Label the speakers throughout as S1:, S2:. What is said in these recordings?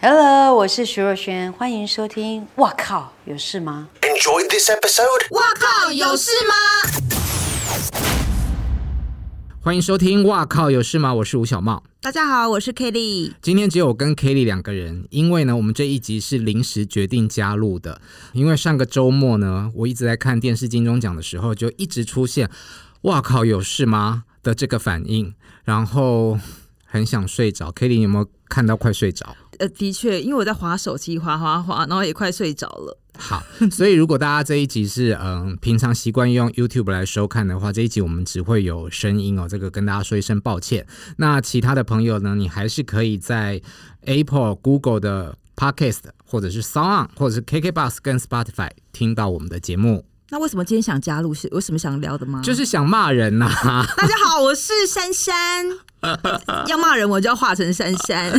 S1: Hello，我是徐若瑄，欢迎收听。哇靠，有事吗？
S2: Enjoyed this episode?
S3: 哇靠，有事吗？
S4: 欢迎收听，哇靠，有事吗？我是吴小茂。
S3: 大家好，我是 Kelly。
S4: 今天只有我跟 Kelly 两个人，因为呢，我们这一集是临时决定加入的。因为上个周末呢，我一直在看电视金钟奖的时候，就一直出现“哇靠，有事吗”的这个反应，然后很想睡着。Kelly，你有没有看到快睡着？
S3: 呃，的确，因为我在划手机，划划划，然后也快睡着了。
S4: 好，所以如果大家这一集是嗯平常习惯用 YouTube 来收看的话，这一集我们只会有声音哦，这个跟大家说一声抱歉。那其他的朋友呢，你还是可以在 Apple、Google 的 Podcast，或者是 Sound，或者是 KKBox 跟 Spotify 听到我们的节目。
S3: 那为什么今天想加入？是有什么想聊的吗？
S4: 就是想骂人呐、
S3: 大家好，我是珊 珊。要骂人，我就要化成珊珊。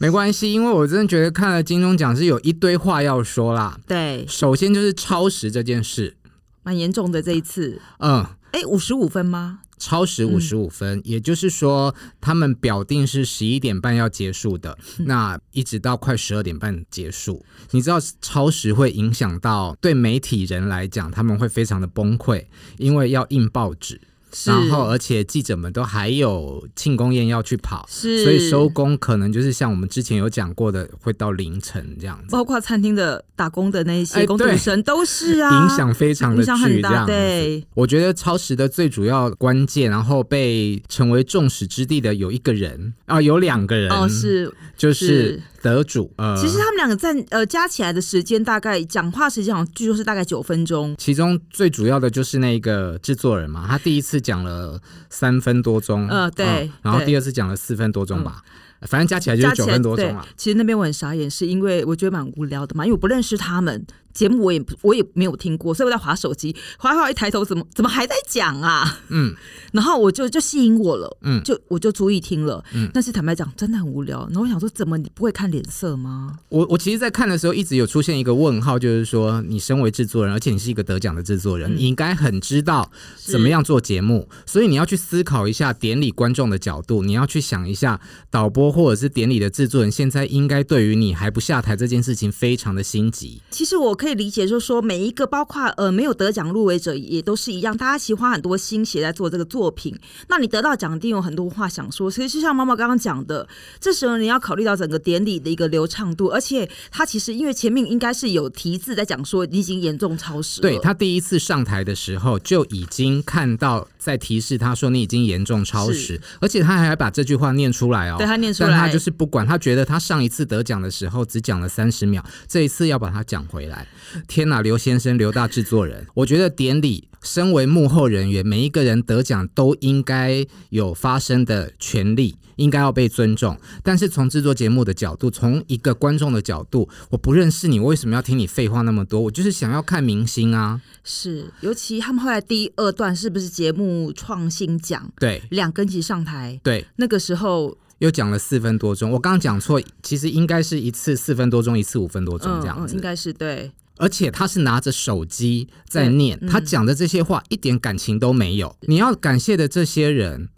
S4: 没关系，因为我真的觉得看了金钟奖是有一堆话要说啦。
S3: 对，
S4: 首先就是超时这件事，
S3: 蛮严重的这一次。
S4: 嗯，
S3: 哎，五十五分吗？
S4: 超
S3: 嗯
S4: 时五十五分，也就是说，他们表定是十一点半要结束的，
S3: 嗯
S4: 那一直到快十二点半结束。你知道超时会影响到对媒体人来讲，他们会非常的崩溃，因为要印报纸，
S3: 是
S4: 然后而且记者们都还有庆功宴要去跑，
S3: 是
S4: 所以收工可能就是像我们之前有讲过的，会到凌晨这样子，
S3: 包括餐厅的打工的那一
S4: 哎
S3: 些工读生都是啊，
S4: 影响非常的
S3: 影响很
S4: 巨，这
S3: 大。
S4: 样子。
S3: 对，
S4: 我觉得超时的最主要关键，然后被成为众矢之的的有一个人啊、有两个人
S3: 哦，是。
S4: 就是
S3: 是
S4: 得主。呃，
S3: 其实他们两个在呃加起来的时间，大概讲话时间好像据说是大概九分钟。
S4: 其中最主要的就是那个制作人嘛，他第一次讲了三分多钟，啊
S3: 呃对
S4: 然后
S3: 对嗯
S4: 第二次讲了四分多钟吧，反正加起来就
S3: 加
S4: 是
S3: 起
S4: 九
S3: 来
S4: 分多钟啊
S3: 对
S4: 了。
S3: 其实那边我很傻眼，是因为我觉得蛮无聊的嘛，因为我不认识他们，节目我也不我也没有听过，所以我在划手机，划一划一抬头，怎么怎么还在讲啊？
S4: 嗯，
S3: 然后我就就吸引我了，
S4: 嗯
S3: 就我就注意听了，但是坦白讲，真的很无聊。然后我想说，怎么你不会看脸色吗？
S4: 我我其实，在看的时候一直有出现一个问号，就是说，你身为制作人，而且你是一个得奖的制作人，你应该很知道怎么样做节目，所以你要去思考一下典礼观众的角度，你要去想一下导播或者是典礼的制作人现在应该对于你还不下台这件事情非常的心急。
S3: 其实我可以理解，就是说每一个包括呃没有得奖入围者也都是一样，大家其实花很多心血在做这个作品。那你得到奖，一定有很多话想说。所以就像妈妈刚刚讲的，这时候你要考虑到整个典礼的一个流畅度，而且它其实因为前面应该是有题字在讲说你已经严重超时了，
S4: 对他第一次上台的时候就已经看到在提示他说你已经严重超时，而且他还把这句话念出来哦。
S3: 对他念出
S4: 但他
S3: 来
S4: 就是不管，他觉得他上一次得奖的时候只讲了三十秒，这一次要把它讲回来。天哪，刘先生，刘大制作人， 我觉得典礼身为幕后人员，每一个人得奖都应该有发声的权利，应该要被尊重。但是从制作节目的角度，从一个观众的角度，我不认识你，为什么要听你废话那么多？我就是想要看明星啊。
S3: 是尤其他们后来第二段是不是节目创新奖
S4: 对
S3: 两根旗上台，
S4: 对，
S3: 那个时候
S4: 又讲了四分多钟，我刚刚讲错，其实应该是一次四分多钟，一次五分多钟
S3: 嗯
S4: 这样
S3: 嗯
S4: 子。
S3: 应该是对。
S4: 而且他是拿着手机在
S3: 对
S4: 念，
S3: 嗯
S4: 他讲的这些话一点感情都没有。你要感谢的这些人，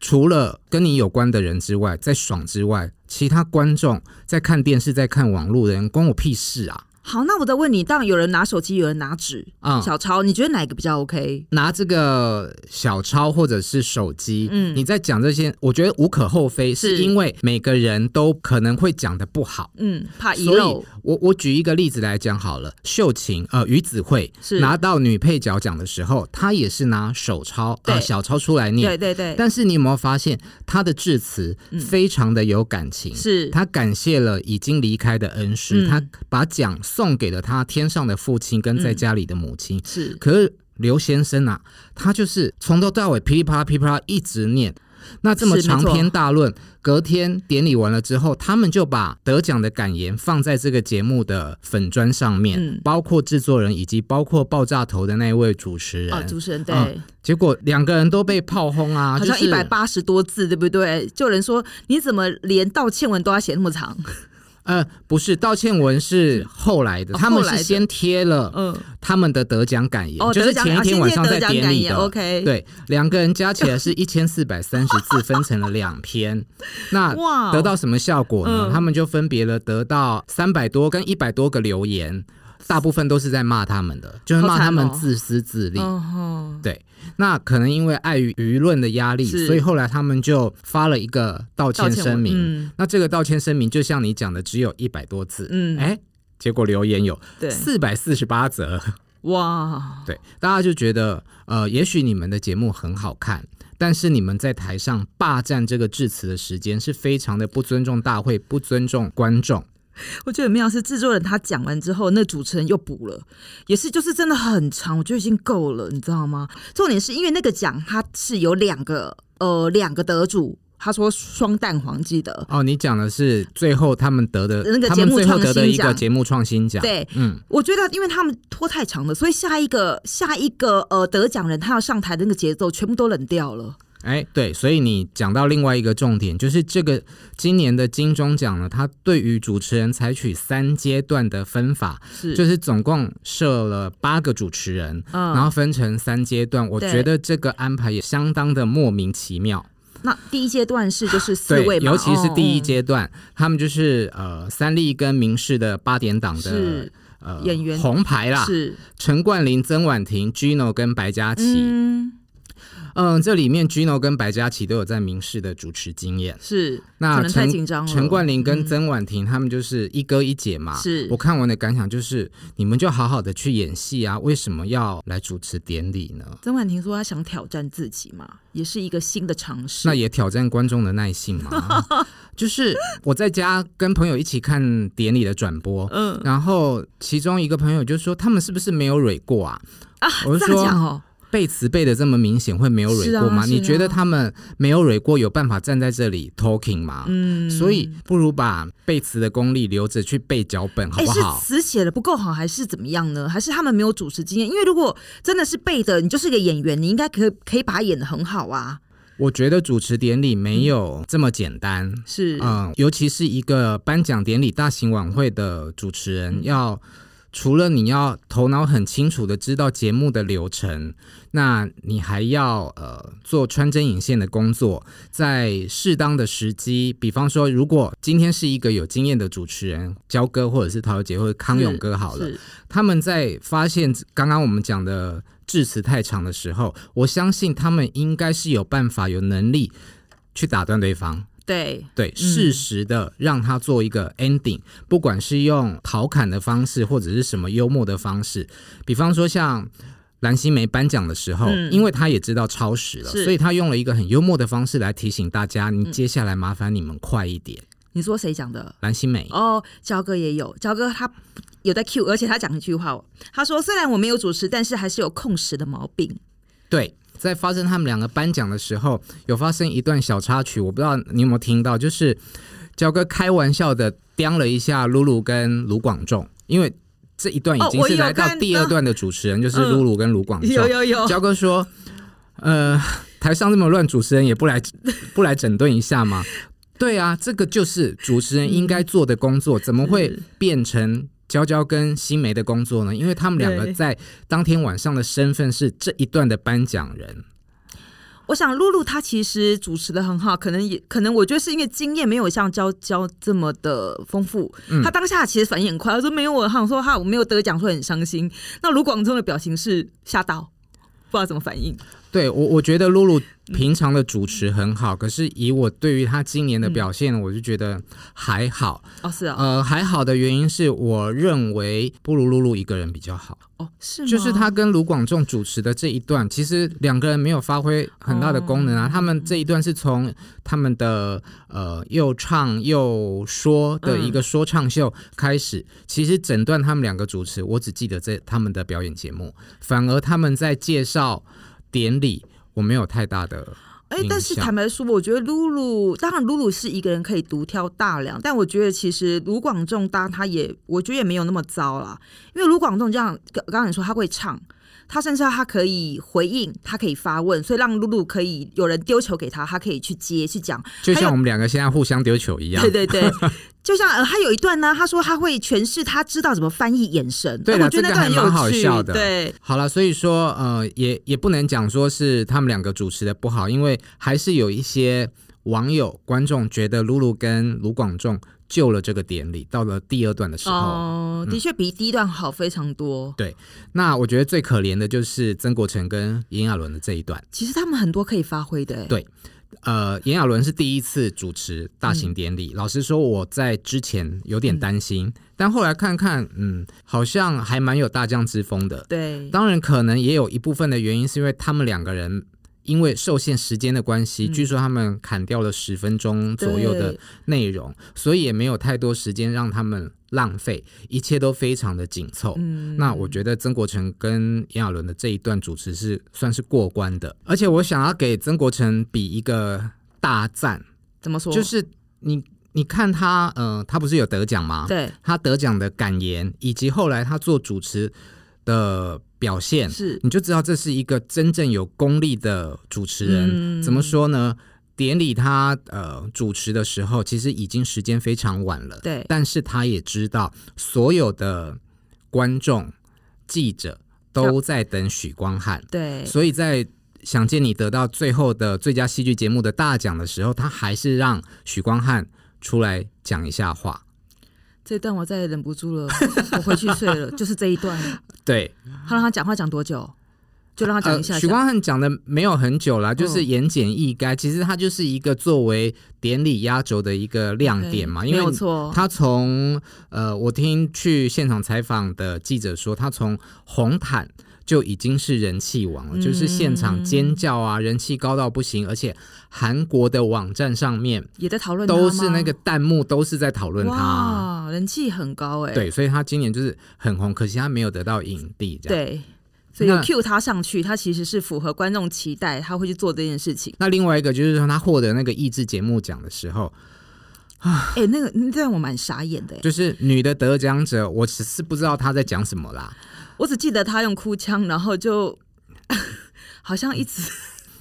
S4: 除了跟你有关的人之外，在爽之外，其他观众在看电视、在看网络的人，关我屁事啊！
S3: 好，那我再问你，当然有人拿手机，有人拿纸。
S4: 啊、
S3: 小超，你觉得哪一个比较 OK？
S4: 拿这个小抄或者是手机，你在讲这些，我觉得无可厚非，
S3: 嗯
S4: 是
S3: 是
S4: 因为每个人都可能会讲的不好。
S3: 嗯，怕遗
S4: 所以
S3: 漏
S4: 我，我举一个例子来讲好了，秀琴呃于子惠
S3: 是
S4: 拿到女配角奖的时候，她也是拿手抄呃
S3: 对
S4: 小抄出来念，
S3: 对对对，嗯
S4: 但是你有没有发现她的致辞非常的有感情？
S3: 是
S4: 她感谢了已经离开的恩师，
S3: 嗯
S4: 她把奖送给了她天上的父亲跟在家里的母亲。
S3: 是
S4: 可是刘先生啊，他就是从头到尾噼里啪啦噼里啪啦一直念。那这么
S3: 是没
S4: 长
S3: 错
S4: 篇大论，隔天典礼完了之后，他们就把得奖的感言放在这个节目的粉砖上面，
S3: 嗯
S4: 包括制作人以及包括爆炸头的那一位主持人。
S3: 哦，主持人对，
S4: 嗯结果两个人都被炮轰啊，
S3: 好像
S4: 就是
S3: 一百八十多字，对不对？就有人说你怎么连道歉文都要写那么长？
S4: 呃，不是，道歉文是后来的，
S3: 哦
S4: 他们
S3: 后来
S4: 是
S3: 的
S4: 先贴了
S3: 嗯，
S4: 他们的得奖感言，
S3: 哦
S4: 就
S3: 得
S4: 是
S3: 奖
S4: 前一
S3: 啊
S4: 天
S3: 先
S4: 晚
S3: 贴
S4: 上
S3: 得
S4: 在
S3: 奖
S4: 典
S3: 感
S4: 礼
S3: 言
S4: 的。
S3: ，OK
S4: 对，两个人加起 来是一千四百三十字，分成了两篇。那
S3: 哇哦
S4: 得到什么效果呢？
S3: 嗯
S4: 他们就分别了得到三百多跟一百多个留言，大部分都是在骂他们的，就是
S3: 好
S4: 骂
S3: 惨
S4: 他们
S3: 哦
S4: 自私自利。
S3: 嗯哼，
S4: 对，那可能因为碍于舆论的压力，
S3: 是
S4: 所以后来他们就发了一个道
S3: 道
S4: 歉
S3: 歉
S4: 声
S3: 文
S4: 明。
S3: 嗯
S4: 那这个道歉声明，就像你讲的，只有一百多字。
S3: 嗯
S4: 哎，结果留言有
S3: 对
S4: 四百四十八则。
S3: 哇，
S4: 对，大家就觉得，呃，也许你们的节目很好看。但是你们在台上霸占这个致辞的时间，是非常的不尊重大会，不尊重观众。
S3: 我觉得很妙是制作人他讲完之后，那主持人又补了，也是就是真的很长，我觉得已经够了，你知道吗？重点是因为那个奖它是有两个呃两个得主，他说双蛋黄记得。
S4: 哦，你讲的是最后他们得的，
S3: 那个
S4: 他
S3: 节
S4: 们
S3: 目
S4: 最后
S3: 创
S4: 得的
S3: 新
S4: 一个
S3: 奖
S4: 节目创新奖。
S3: 对，
S4: 嗯，
S3: 我觉得，因为他们拖太长了，所以下一个下一个呃得奖人他要上台的那个节奏全部都冷掉了。
S4: 哎，对，所以你讲到另外一个重点，就是这个今年的金钟奖呢，它对于主持人采取三阶段的分法，
S3: 是
S4: 就是总共设了八个主持人，
S3: 嗯
S4: 然后分成三阶段。我
S3: 对
S4: 觉得这个安排也相当的莫名其妙。
S3: 那第一阶段是就是四
S4: 对
S3: 位，嘛，
S4: 尤其是第一
S3: 哦、
S4: 阶段，他们就是呃三立跟明视的八点档的
S3: 是
S4: 呃
S3: 演员
S4: 红牌啦，
S3: 是
S4: 陈冠霖、曾婉婷、Gino 跟白嘉琪。
S3: 嗯
S4: 嗯，这里面 Gino 跟白嘉琪都有在明视的主持经验。
S3: 是，可
S4: 那
S3: 能太
S4: 陈
S3: 紧张了。嗯
S4: 陈冠霖跟曾婉婷他们就是一哥一姐嘛。
S3: 是
S4: 我看完的感想就是，你们就好好的去演戏啊，为什么要来主持典礼呢？
S3: 曾婉婷说她想挑战自己嘛，也是一个新的尝试。
S4: 那也挑战观众的耐性 嘛。就是我在家跟朋友一起看典礼的转播，
S3: 嗯
S4: 然后其中一个朋友就说他们是不是没有蕊过啊？
S3: 啊，
S4: 我
S3: 这
S4: 就
S3: 样
S4: 说
S3: 讲哦，
S4: 背词背的这么明显，会没有蕊过
S3: 是
S4: 吗？
S3: 啊是啊
S4: 你觉得他们没有蕊过有办法站在这里 talking 吗？
S3: 嗯，
S4: 所以不如把背词的功力留着去背脚本，好
S3: 哎、
S4: 不
S3: 是
S4: 好？
S3: 词写的不够好，还是怎么样呢？还是他们没有主持经验？因为如果真的是背的，你就是个演员，你应该可以可以把它演的很好啊。
S4: 我觉得主持典礼没有这么简单。
S3: 是，
S4: 嗯，尤其是一个颁奖典礼大型晚会的主持人，要除了你要头脑很清楚的知道节目的流程，那你还要呃做穿针引线的工作，在适当的时机，比方说，如果今天是一个有经验的主持人，焦哥或者是陶姐或者康永哥好了，
S3: 是
S4: 他们在发现刚刚我们讲的致辞太长的时候，我相信他们应该是有办法、有能力去打断对方。
S3: 对，
S4: 对，适时的让他做一个 ending，、不管是用调侃的方式，或者是什么幽默的方式，比方说像。蓝心湄颁奖的时候，
S3: 嗯
S4: 因为她也知道超时了，
S3: 是嗯
S4: 所以她用了一个很幽默的方式来提醒大家：你接下来麻烦你们快一点。
S3: 你说谁讲的？
S4: 蓝心湄，
S3: 哦，焦哥也有，焦哥他有在 Q，而且他讲一句话哦，他说虽然我没有主持，但是还是有控时的毛 病。
S4: 对，在发生他们两个颁奖的时候，有发生一段小插曲，我不知道你有没有听到，就是焦哥开玩笑的刁了一下露露跟卢广仲，因为这一段已
S3: 哦
S4: 经
S3: 我
S4: 是
S3: 有
S4: 来到
S3: 看
S4: 第二
S3: 到
S4: 段的主持人，就是
S3: 嗯
S4: 露露跟卢广仲。
S3: 有有 有，
S4: 焦哥说：“呃，台上这么乱，主持人也不来 不来整顿一下吗？”对啊，这个就是主持人应该做的工作，怎么会变成娇娇跟新梅的工作呢？因为他们两个
S3: 对
S4: 在当天晚上的身份是这一段的颁奖人。
S3: 我想露露她其实主持的很好，可能也可能我觉得是因为经验没有像娇娇这么的丰富。
S4: 嗯
S3: 她当下其实反应很快，她说没有我，她想说哈我没有得奖，所以很伤心。那卢广仲的表情是吓到，不知道怎么反应。
S4: 对我，我觉得露露平常的主持很好，可是以我对于她今年的表现，我就觉得还好。
S3: 哦，是啊，
S4: 呃，还好的原因是我认为不如露露一个人比较好。
S3: 哦是吗，
S4: 就是他跟卢广仲主持的这一段，其实两个人没有发挥很大的功能
S3: 哦
S4: 啊。他们这一段是从他们的呃又唱又说的
S3: 嗯
S4: 一个说唱秀开始。其实整段他们两个主持，我只记得这他们的表演节目，反而他们在介绍典礼，我没有太大的。
S3: 哎、
S4: 影
S3: 但是
S4: 响
S3: 坦白说，我觉得露露，当然露露是一个人可以独挑大梁，但我觉得其实卢广仲搭他也，我觉得也没有那么糟啦。因为卢广仲这样，刚刚才说他会唱，他甚至他可以回应，他可以发问，所以让露露可以有人丢球给他，他可以去接去讲。
S4: 就
S3: 还有
S4: 像我们两个现在互相丢球一样
S3: 对。对 对，就像呃，他有一段呢，他说他会诠释，他知道怎么翻译眼神。
S4: 对
S3: 哎
S4: 啦
S3: 我觉得
S4: 这
S3: 那
S4: 个还
S3: 很有
S4: 蛮好
S3: 趣。
S4: 笑的
S3: 对，
S4: 好了，所以说呃，也也不能讲说是他们两个主持的不好，因为还是有一些网友观众觉得露露跟卢广仲救了这个典礼。到了第二段的时候，
S3: 哦、
S4: 嗯
S3: 的确比第一段好非常多。
S4: 那我觉得最可怜的就是曾国成跟炎亚纶的这一段。
S3: 其实他们很多可以发挥的、哎
S4: 对呃，炎亚纶是第一次主持大型典礼，老实说我在之前有点担心，但后来看看，嗯，好像还蛮有大将之风的。
S3: 对，
S4: 当然，可能也有一部分的原因是因为他们两个人因为受限时间的关系，据说他们砍掉了十分钟左右的
S3: 嗯对
S4: 内容，所以也没有太多时间让他们浪费，一切都非常的紧凑。
S3: 嗯
S4: 那我觉得曾国成跟炎亚纶的这一段主持是算是过关的，而且我想要给曾国成比一个大赞，
S3: 怎么说？
S4: 就是你你看他，呃，他不是有得奖吗？
S3: 对，
S4: 他得奖的感言，以及后来他做主持的表现，
S3: 是
S4: 你就知道这是一个真正有功力的主持人。
S3: 嗯
S4: 怎么说呢？典礼他呃主持的时候，其实已经时间非常晚了，
S3: 对
S4: 但是他也知道所有的观众、记者都在等许光汉，
S3: 对，
S4: 所以在《想见你》得到最后的最佳戏剧节目的大奖的时候，他还是让许光汉出来讲一下话。
S3: 这段我再也忍不住了，我回去睡了。就是这一段，
S4: 对，
S3: 他让他讲话讲多久？就让他讲一下
S4: 呃。许
S3: 下。
S4: 光汉讲的没有很久啦，就是
S3: 嗯
S4: 言简意赅。其实他就是一个作为典礼压轴的一个亮点嘛，
S3: 对
S4: 因为
S3: 没有错
S4: 他从呃，我听去现场采访的记者说，他从红毯。就已经是人气王
S3: 嗯
S4: 了，就是现场尖叫啊，人气高到不行，而且韩国的网站上面
S3: 也在讨论他吗，
S4: 都是那个弹幕都是在讨论他，
S3: 哇，人气很高哎、
S4: 对，所以他今年就是很红，可惜他没有得到影帝，这样。
S3: 对，所以有
S4: 那
S3: cue 他上去，他其实是符合观众期待，他会去做这件事情。
S4: 那另外一个就是说，他获得那个益智节目奖的时候，
S3: 哎、那个那让我蛮傻眼的、哎
S4: 就是女的得奖者，我只是不知道她在讲什么啦。
S3: 我只记得他用哭腔，然后就 好像一直。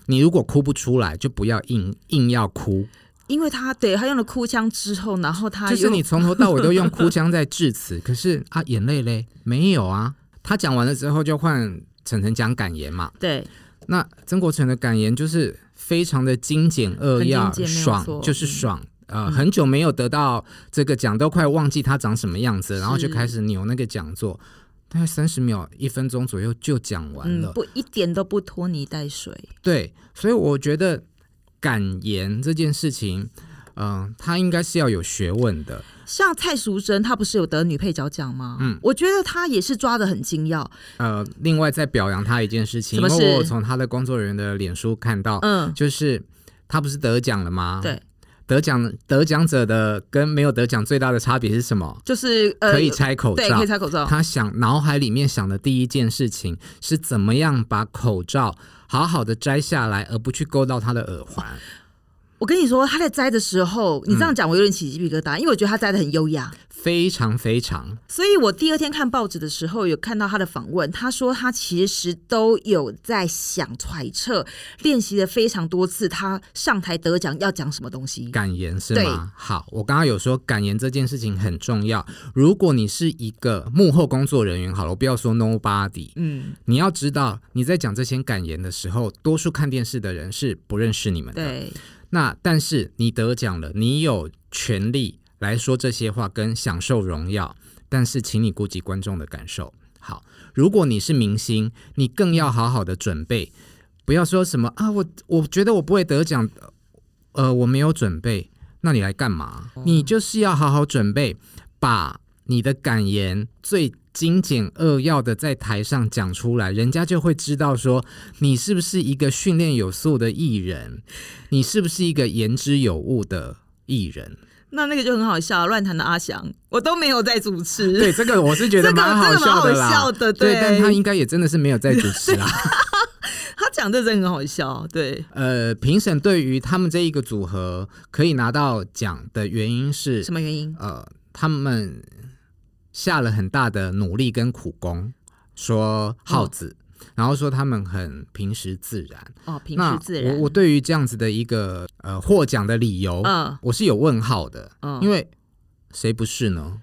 S4: 你如果哭不出来，就不要硬硬要哭，
S3: 因为他对他用了哭腔之后，然后他
S4: 就是
S3: 又
S4: 你从头到尾都用哭腔在致辞，可是啊，眼泪嘞没有啊。他讲完了之后，就换晨晨讲感言嘛。
S3: 对
S4: 那曾国成的感言就是非常的精简扼要，
S3: 很精简没有
S4: 爽
S3: 错
S4: 就是
S3: 嗯
S4: 爽。呃，很久没有得到这个奖，都快忘记他长什么样子，然后就是开始扭那个讲座，大概三十秒、一分钟左右就讲完了。
S3: 嗯，不一点都不拖泥带水，
S4: 对，所以我觉得感言这件事情，嗯、他应该是要有学问的。
S3: 像蔡淑珍，她不是有得女配角奖吗？嗯，我觉得她也是抓的很精要。
S4: 呃，另外再表扬他一件事情，
S3: 什
S4: 因
S3: 么
S4: 为我
S3: 事
S4: 从他的工作人员的脸书看到，
S3: 嗯，
S4: 就是他不是得奖了吗？
S3: 对，
S4: 得奖得奖者的跟没有得奖最大的差别是什么？
S3: 就是呃，
S4: 可以拆口
S3: 对，可
S4: 罩
S3: 以。拆口罩。
S4: 他想脑海里面想的第一件事情是怎么样把口罩好好的摘下来，而不去勾到他的耳环。
S3: 我跟你说，她在摘的时候，你这样讲我有点起鸡皮疙
S4: 嗯
S3: 瘩，因为我觉得她摘的很优雅。
S4: 非常非常，
S3: 所以我第二天看报纸的时候，有看到她的访问，她说她其实都有在想揣测，练习了非常多次，她上台得奖要讲什么东西。
S4: 感言是
S3: 对
S4: 吗？好，我刚刚有说感言这件事情很重要。如果你是一个幕后工作人员，好了，我不要说 nobody，
S3: 嗯，
S4: 你要知道你在讲这些感言的时候，多数看电视的人是不认识你们的。
S3: 对，
S4: 那但是你得奖了，你有权利来说这些话跟享受荣耀，但是请你顾及观众的感受。好，如果你是明星，你更要好好的准备，不要说什么啊，我我觉得我不会得奖，呃，我没有准备，那你来干嘛？你就是要好好准备，把你的感言最精简扼要的在台上讲出来，人家就会知道说你是不是一个训练有素的艺人，你是不是一个言之有物的艺人。
S3: 那那个就很好笑，乱谈的阿翔，我都没有在主持。
S4: 对，这个我是觉得
S3: 这个
S4: 蛮好
S3: 这个蛮
S4: 笑的
S3: 好
S4: 啦。
S3: 笑的
S4: 对，
S3: 对
S4: 但他应该也真的是没有在主持啊啦。
S3: 他讲这真的很好笑，对，
S4: 呃，评审对于他们这一个组合可以拿到奖的原因是
S3: 什么原因？
S4: 呃，他们下了很大的努力跟苦功，说耗子、然后说他们很平时自然。
S3: 哦，平
S4: 那
S3: 时自然，
S4: 我我对于这样子的一个呃获奖的理由，
S3: 嗯
S4: 我是有问号的，
S3: 嗯
S4: 因为谁不是呢？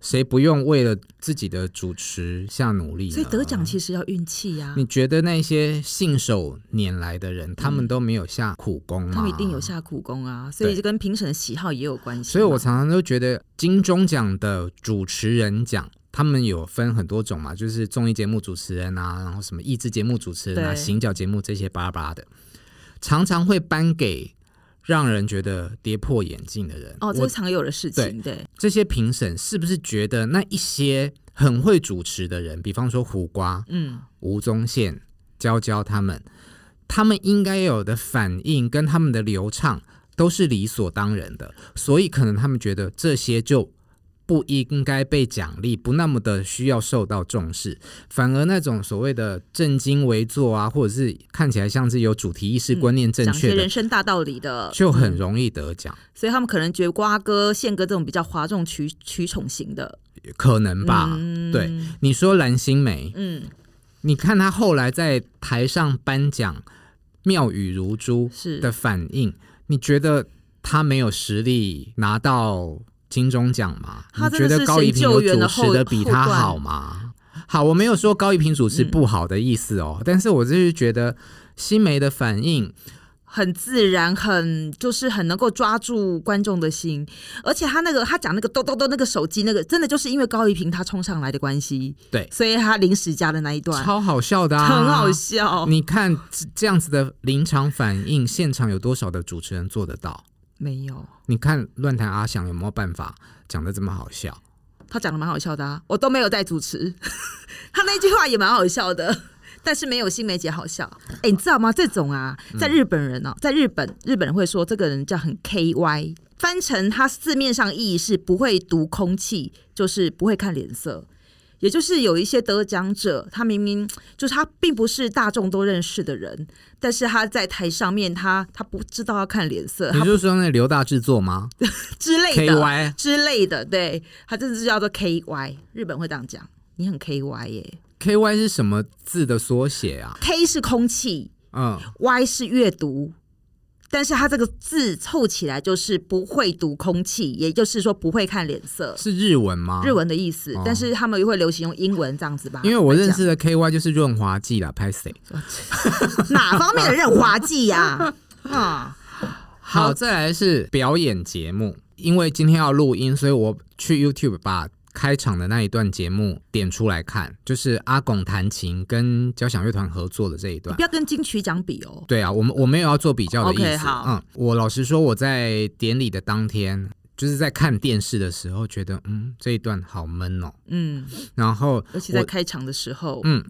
S4: 谁不用为了自己的主持下努力呢？
S3: 所以得奖其实要运气啊呀、
S4: 你觉得那些信手拈来的人，他们都没有下苦功吗？
S3: 嗯他们一定有下苦功啊，所以
S4: 对
S3: 这跟评审的喜好也有关系嘛。
S4: 所以我常常都觉得金钟奖的主持人奖。他们有分很多种嘛，就是综艺节目主持人啊，然后什么益智节目主持人啊、
S3: 对
S4: 行脚节目这些巴拉巴拉的，常常会颁给让人觉得跌破眼镜的人。
S3: 哦，这
S4: 我
S3: 是常有的事情，对，
S4: 这些评审是不是觉得那一些很会主持的人，比方说胡瓜、
S3: 嗯，
S4: 吴宗宪、娇娇他们，他们应该有的反应跟他们的流畅都是理所当然的，所以可能他们觉得这些就。不应该被奖励，不那么的需要受到重视，反而那种所谓的正襟危坐啊，或者是看起来像是有主题意识、观念正
S3: 嗯讲
S4: 确
S3: 些
S4: 的
S3: 人，生大道理的，
S4: 就很容易得奖。
S3: 所以他们可能觉得瓜哥、宪哥这种比较哗众取取宠型的，
S4: 可能吧。对，你说蓝心湄，
S3: 嗯，
S4: 你看她后来在台上颁奖，妙语如珠
S3: 是
S4: 的反应，你觉得她没有实力拿到金钟奖吗？
S3: 她
S4: 你
S3: 真的
S4: 觉
S3: 是
S4: 得高
S3: 神
S4: 一平
S3: 救
S4: 有
S3: 援
S4: 主
S3: 的
S4: 持
S3: 后
S4: 的比
S3: 后
S4: 她
S3: 段嗯
S4: 好吗？好，我没有说高一平主持不好的意思哦，但是我就是觉得新梅的反应，
S3: 很自然，很就是很能够抓住观众的心，而且他那个他讲那个咚咚咚那个手机那个，真的就是因为高一平他冲上来的关系，
S4: 对
S3: 所以他临时加的那一段
S4: 超好笑的、啊，
S3: 很好笑，
S4: 你看这这样子的临场反应，现场有多少的主持人做得到？
S3: 没有。
S4: 你看论坛阿翔有没有办法讲的这么好笑？
S3: 他讲的蛮好笑的啊，我都没有在主持， 他那句话也蛮好笑的，但是没有新梅姐好笑。哎、你知道吗？这种啊，
S4: 嗯
S3: 在日本人哦、在日本日本人会说这个人叫很 K Y，翻成他字面上意义是不会读空气，就是不会看脸色。也就是有一些得奖者，他明明就是他并不是大众都认识的人，但是他在台上面他他不知道要看脸色，
S4: 你
S3: 他
S4: 就说那刘大制作吗
S3: 之类的。
S4: ？K Y
S3: 之类的，对，它真的是叫做 KY，日本会这样讲，你很 KY 耶、
S4: K Y 是什么字的缩写啊？
S3: k 是空气
S4: 嗯，
S3: ，Y 是阅读，但是它这个字凑起来就是不会读空气，也就是说不会看脸色，
S4: 是日文吗？
S3: 日。文的啊意思，
S4: 哦
S3: 但是他们又会流行用英文这样子吧？
S4: 因为我认
S3: 来
S4: 识的 K Y 就是润滑剂啦，拍谁？
S3: 讲哪方面的润滑剂 呀、啊？
S4: 好，再来是表演节目，因为今天要录音，所以我去 YouTube 把开场的那一段节目点出来看，就是阿拱弹琴跟交响乐团合作的这一段
S3: 不。要跟金曲奖比哦。
S4: 对啊，我们我没有要做比较的意思。
S3: OK，好
S4: 嗯，我老实说，我在典礼的当天，就是在看电视的时候，觉得嗯这一段好闷哦。
S3: 嗯，
S4: 然后
S3: 尤其在
S4: 我
S3: 开场的时候，
S4: 嗯，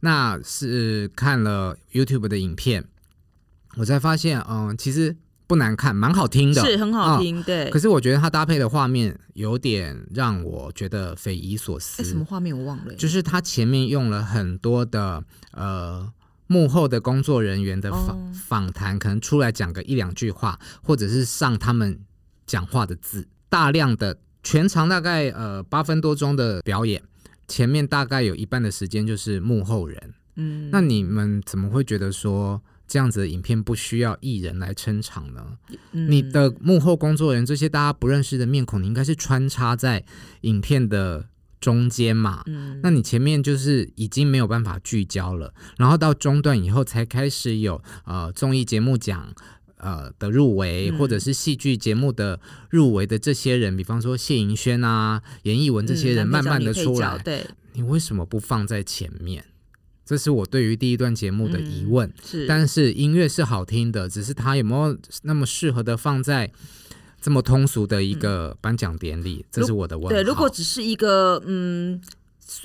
S4: 那是看了 YouTube 的影片，我才发现嗯其实不难看，蛮好听的，
S3: 是很好
S4: 嗯。
S3: 听，对
S4: 可。是我觉得它搭配的画面有点让我觉得匪夷所思。
S3: 哎，什么画面我忘了耶？
S4: 就是他前面用了很多的呃幕后的工作人员的
S3: 哦
S4: 访访谈，可能出来讲个一两句话，或者是上他们讲话的字，大量的全长大概呃八分多钟的表演，前面大概有一半的时间就是幕后人。
S3: 嗯，
S4: 那你们怎么会觉得说？这样子的影片不需要艺人来撑场呢？你
S3: 嗯
S4: 的幕后工作人员这些大家不认识的面孔，你应该是穿插在影片的中间嘛？
S3: 嗯
S4: 那你前面就是已经没有办法聚焦了，然后到中段以后才开始有呃综艺节目奖呃的入围，
S3: 嗯
S4: 或者是戏剧节目的入围的这些人，比方说谢盈萱啊、严艺文这些人，
S3: 嗯
S4: 慢慢的
S3: 男配角
S4: 出
S3: 女配
S4: 来
S3: 角，对，
S4: 你为什么不放在前面？这是我对于第一段节目的疑
S3: 嗯
S4: 问。
S3: 是，
S4: 但是音乐是好听的，只是它有没有那么适合的放在这么通俗的一个颁奖典礼，
S3: 嗯
S4: 这
S3: 如
S4: 是我的问
S3: 对，如果
S4: 号
S3: 只是一个嗯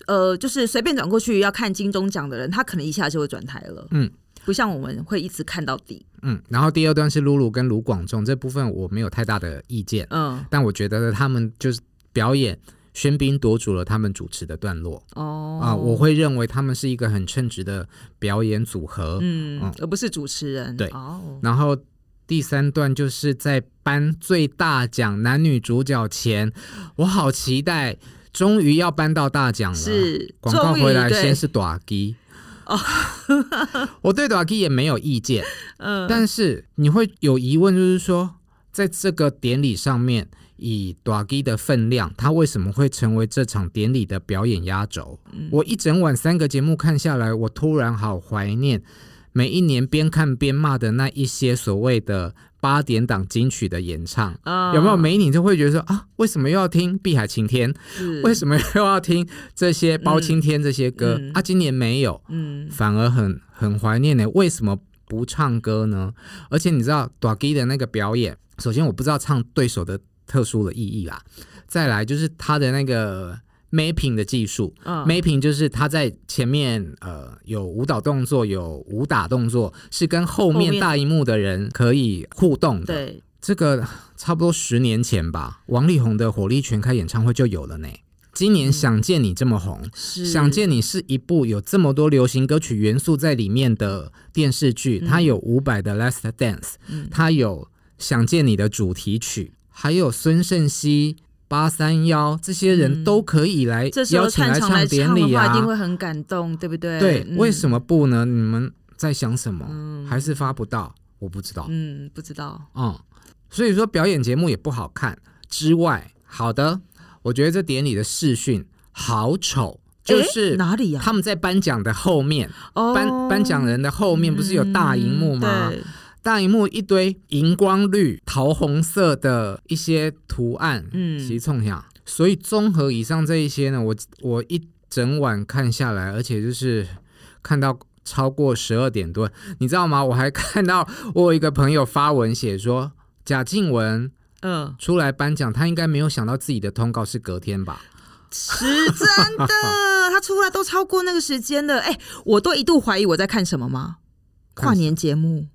S3: 呃，就是随便转过去要看金钟奖的人，他可能一下就会转台了。
S4: 嗯，
S3: 不像我们会一直看到底。
S4: 嗯，然后第二段是露露跟卢广仲这部分我没有太大的意见，
S3: 嗯，
S4: 但我觉得他们就是表演喧宾夺主了他们主持的段落
S3: 哦
S4: 啊、我会认为他们是一个很称职的表演组合。
S3: 嗯
S4: 嗯，
S3: 而不是主持人。
S4: 对
S3: 哦，
S4: 然后第三段就是在颁最大奖男女主角前，我好期待，终于要颁到大奖了。
S3: 是
S4: 广告
S3: 终于
S4: 回来
S3: 对哦
S4: 先是短鸡， 我对 d a k 也没有意见，
S3: 嗯
S4: 但是你会有疑问，就是说，在这个典礼上面，以 d a k 的分量，他为什么会成为这场典礼的表演压轴？我一整晚三个节目看下来，我突然好怀念每一年边看边骂的那一些所谓的八点档金曲的演唱。
S3: 啊
S4: 有没有每一年就会觉得说啊，为什么又要听《碧海晴天》？
S3: 是
S4: 为什么又要听这些包青天这些歌、
S3: 嗯
S4: 啊？今年没有，
S3: 嗯
S4: 反而很很怀念呢。为什么不唱歌呢？而且你知道 d a g 的那个表演，首先我不知道唱对手的特殊的意义啦，再来就是他的那个 mapping 的技术。
S3: 嗯
S4: mapping 就是他在前面呃有舞蹈动作，有武打动作，是跟
S3: 后
S4: 后面
S3: 面
S4: 大荧幕的人可以互动的。
S3: 对
S4: 这个差不多十年前吧，王力宏的《火力全开》演唱会就有了呢。今
S3: 嗯
S4: 年《想见你》这么红，
S3: 是
S4: 想见你》是一部有这么多流行歌曲元素在里面的电视剧，
S3: 嗯
S4: 它有伍佰的《Last Dance》，它有《想见你》的主题曲，还有孙盛希、八三幺这些人都可以来
S3: 嗯这时
S4: 邀
S3: 候
S4: 请
S3: 串
S4: 来
S3: 场来唱
S4: 唱典
S3: 的
S4: 礼
S3: 话，
S4: 啊
S3: 一。定会很感动，对不对？
S4: 对，
S3: 嗯
S4: 为什么不呢？你们在想什么？
S3: 嗯
S4: 还是发不到？我不知道。
S3: 嗯，不知道。
S4: 嗯，所以说表演节目也不好看。之外，好的，我觉得这典礼的视讯好丑，就
S3: 诶
S4: 是
S3: 哪里啊呀、
S4: 他们在颁奖的后面，
S3: 哦，
S4: 颁颁奖人的后面不是有大荧幕
S3: 嗯
S4: 吗？
S3: 对
S4: 大荧幕一堆荧光绿、桃红色的一些图案，
S3: 嗯
S4: 嗯，其冲下。所以综合以上这一些呢，我我一整晚看下来，而且就是看到超过十二点多，你知道吗？我还看到我有一个朋友发文写说，贾静雯
S3: 嗯，
S4: 出来颁奖，她应该没有想到自己的通告是隔天吧？
S3: 是真的，他出来都超过那个时间了。哎、我都一度怀疑我在看什么吗？
S4: 看
S3: 跨年节目，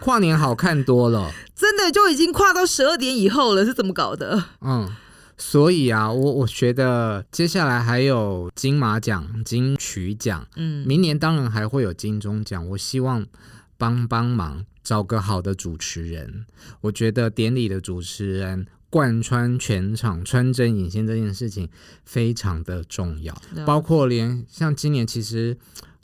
S4: 跨年好看多了。
S3: 真的就已经跨到十二点以后了，是怎么搞的？
S4: 嗯，所以啊，我我觉得接下来还有金马奖、金曲奖，
S3: 嗯，
S4: 明年当然还会有金钟奖。我希望帮帮忙，找个好的主持人。我觉得典礼的主持人贯穿全场、穿针引线这件事情非常的重要，
S3: 了
S4: 包括连像今年其实。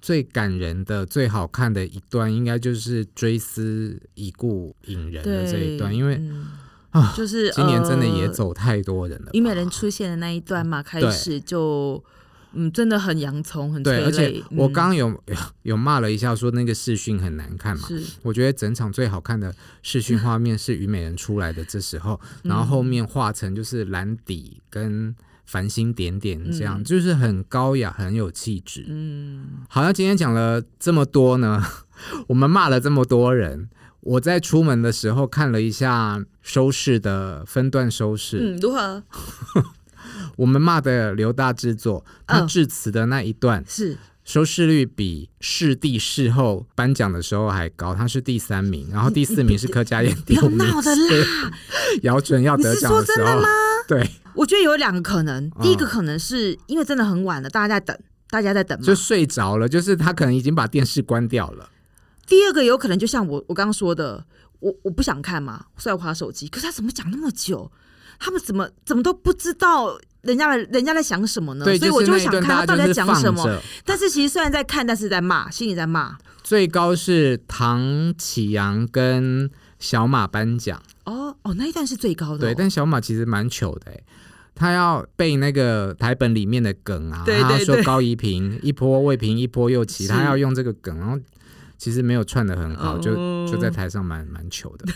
S4: 最感人的、最好看的一段，应该就是追思已故影人的这一段，因为
S3: 嗯
S4: 啊
S3: 就是
S4: 今年真的也
S3: 呃
S4: 走太多人了吧，
S3: 虞美人出现的那一段嘛，开
S4: 对
S3: 始就嗯，真的很洋葱，很
S4: 对，
S3: 催
S4: 而且
S3: 泪。
S4: 我
S3: 嗯
S4: 刚刚有、 有骂了一下，说那个视讯很难看嘛。
S3: 是
S4: 我觉得整场最好看的视讯画面是虞美人出来的这 时候，然后后面画成就是蓝底跟繁星点点这样，
S3: 嗯
S4: 就是很高雅，很有气质。
S3: 嗯，
S4: 好像今天讲了这么多呢， 我们骂了这么多人。我在出门的时候看了一下收视的分段收视，
S3: 嗯，如何
S4: 我们骂的刘大制作，他
S3: 嗯
S4: 致辞的那一段，
S3: 是
S4: 收视率比视帝视后颁奖的时候还高，他是第三名，然后第四名是 柯佳燕，
S3: 不
S4: 第
S3: 要
S4: 五名
S3: 闹的
S4: 是
S3: 啦！
S4: 姚准要
S3: 你
S4: 得
S3: 是
S4: 奖
S3: 说
S4: 时
S3: 真
S4: 候
S3: 的吗？？
S4: 对，
S3: 我觉得有两个可能，
S4: 嗯
S3: 第一个可能是因为真的很晚了，大家在等，大家在等嘛
S4: 就。睡着了，就是他可能已经把电视关掉了。
S3: 第二个有可能就像我我刚刚说的，我我不想看嘛，所以我划手机。可是他怎么讲那么久？他们怎么怎么都不知道人家的人家在想什么呢？
S4: 对，
S3: 嗯所以
S4: 就
S3: 我
S4: 是
S3: 就
S4: 那
S3: 会
S4: 一
S3: 想
S4: 段
S3: 看他
S4: 大
S3: 到底在
S4: 家就是
S3: 讲
S4: 放
S3: 什么。
S4: 着。
S3: 但是其实虽然在看，但是在骂，心里在骂。
S4: 最高是唐启阳跟小马颁奖，
S3: 哦哦，那一段是最高的哦、
S4: 对，但小马其实蛮糗的、欸。他要背那个台本里面的梗啊，
S3: 对
S4: 他
S3: 对
S4: 说
S3: 对
S4: 高 一平一波未平一波又起，
S3: 是
S4: 他要用这个梗，然后其实没有串的很好，就
S3: 哦
S4: 就在台上蛮蛮糗的。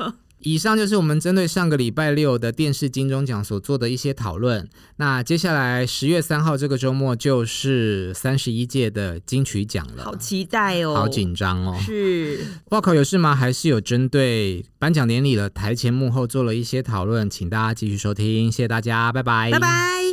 S4: 以上就是我们针对上个礼拜六的电视金钟奖所做的一些讨论。那接下来十月三号这个周末就是三十一届的金曲奖了，
S3: 好期待哦，
S4: 好紧张哦。
S3: 是
S4: 报考有事吗？还是有针对颁奖典礼的台前幕后做了一些讨论，请大家继续收听，谢谢大家，拜拜，
S3: 拜拜。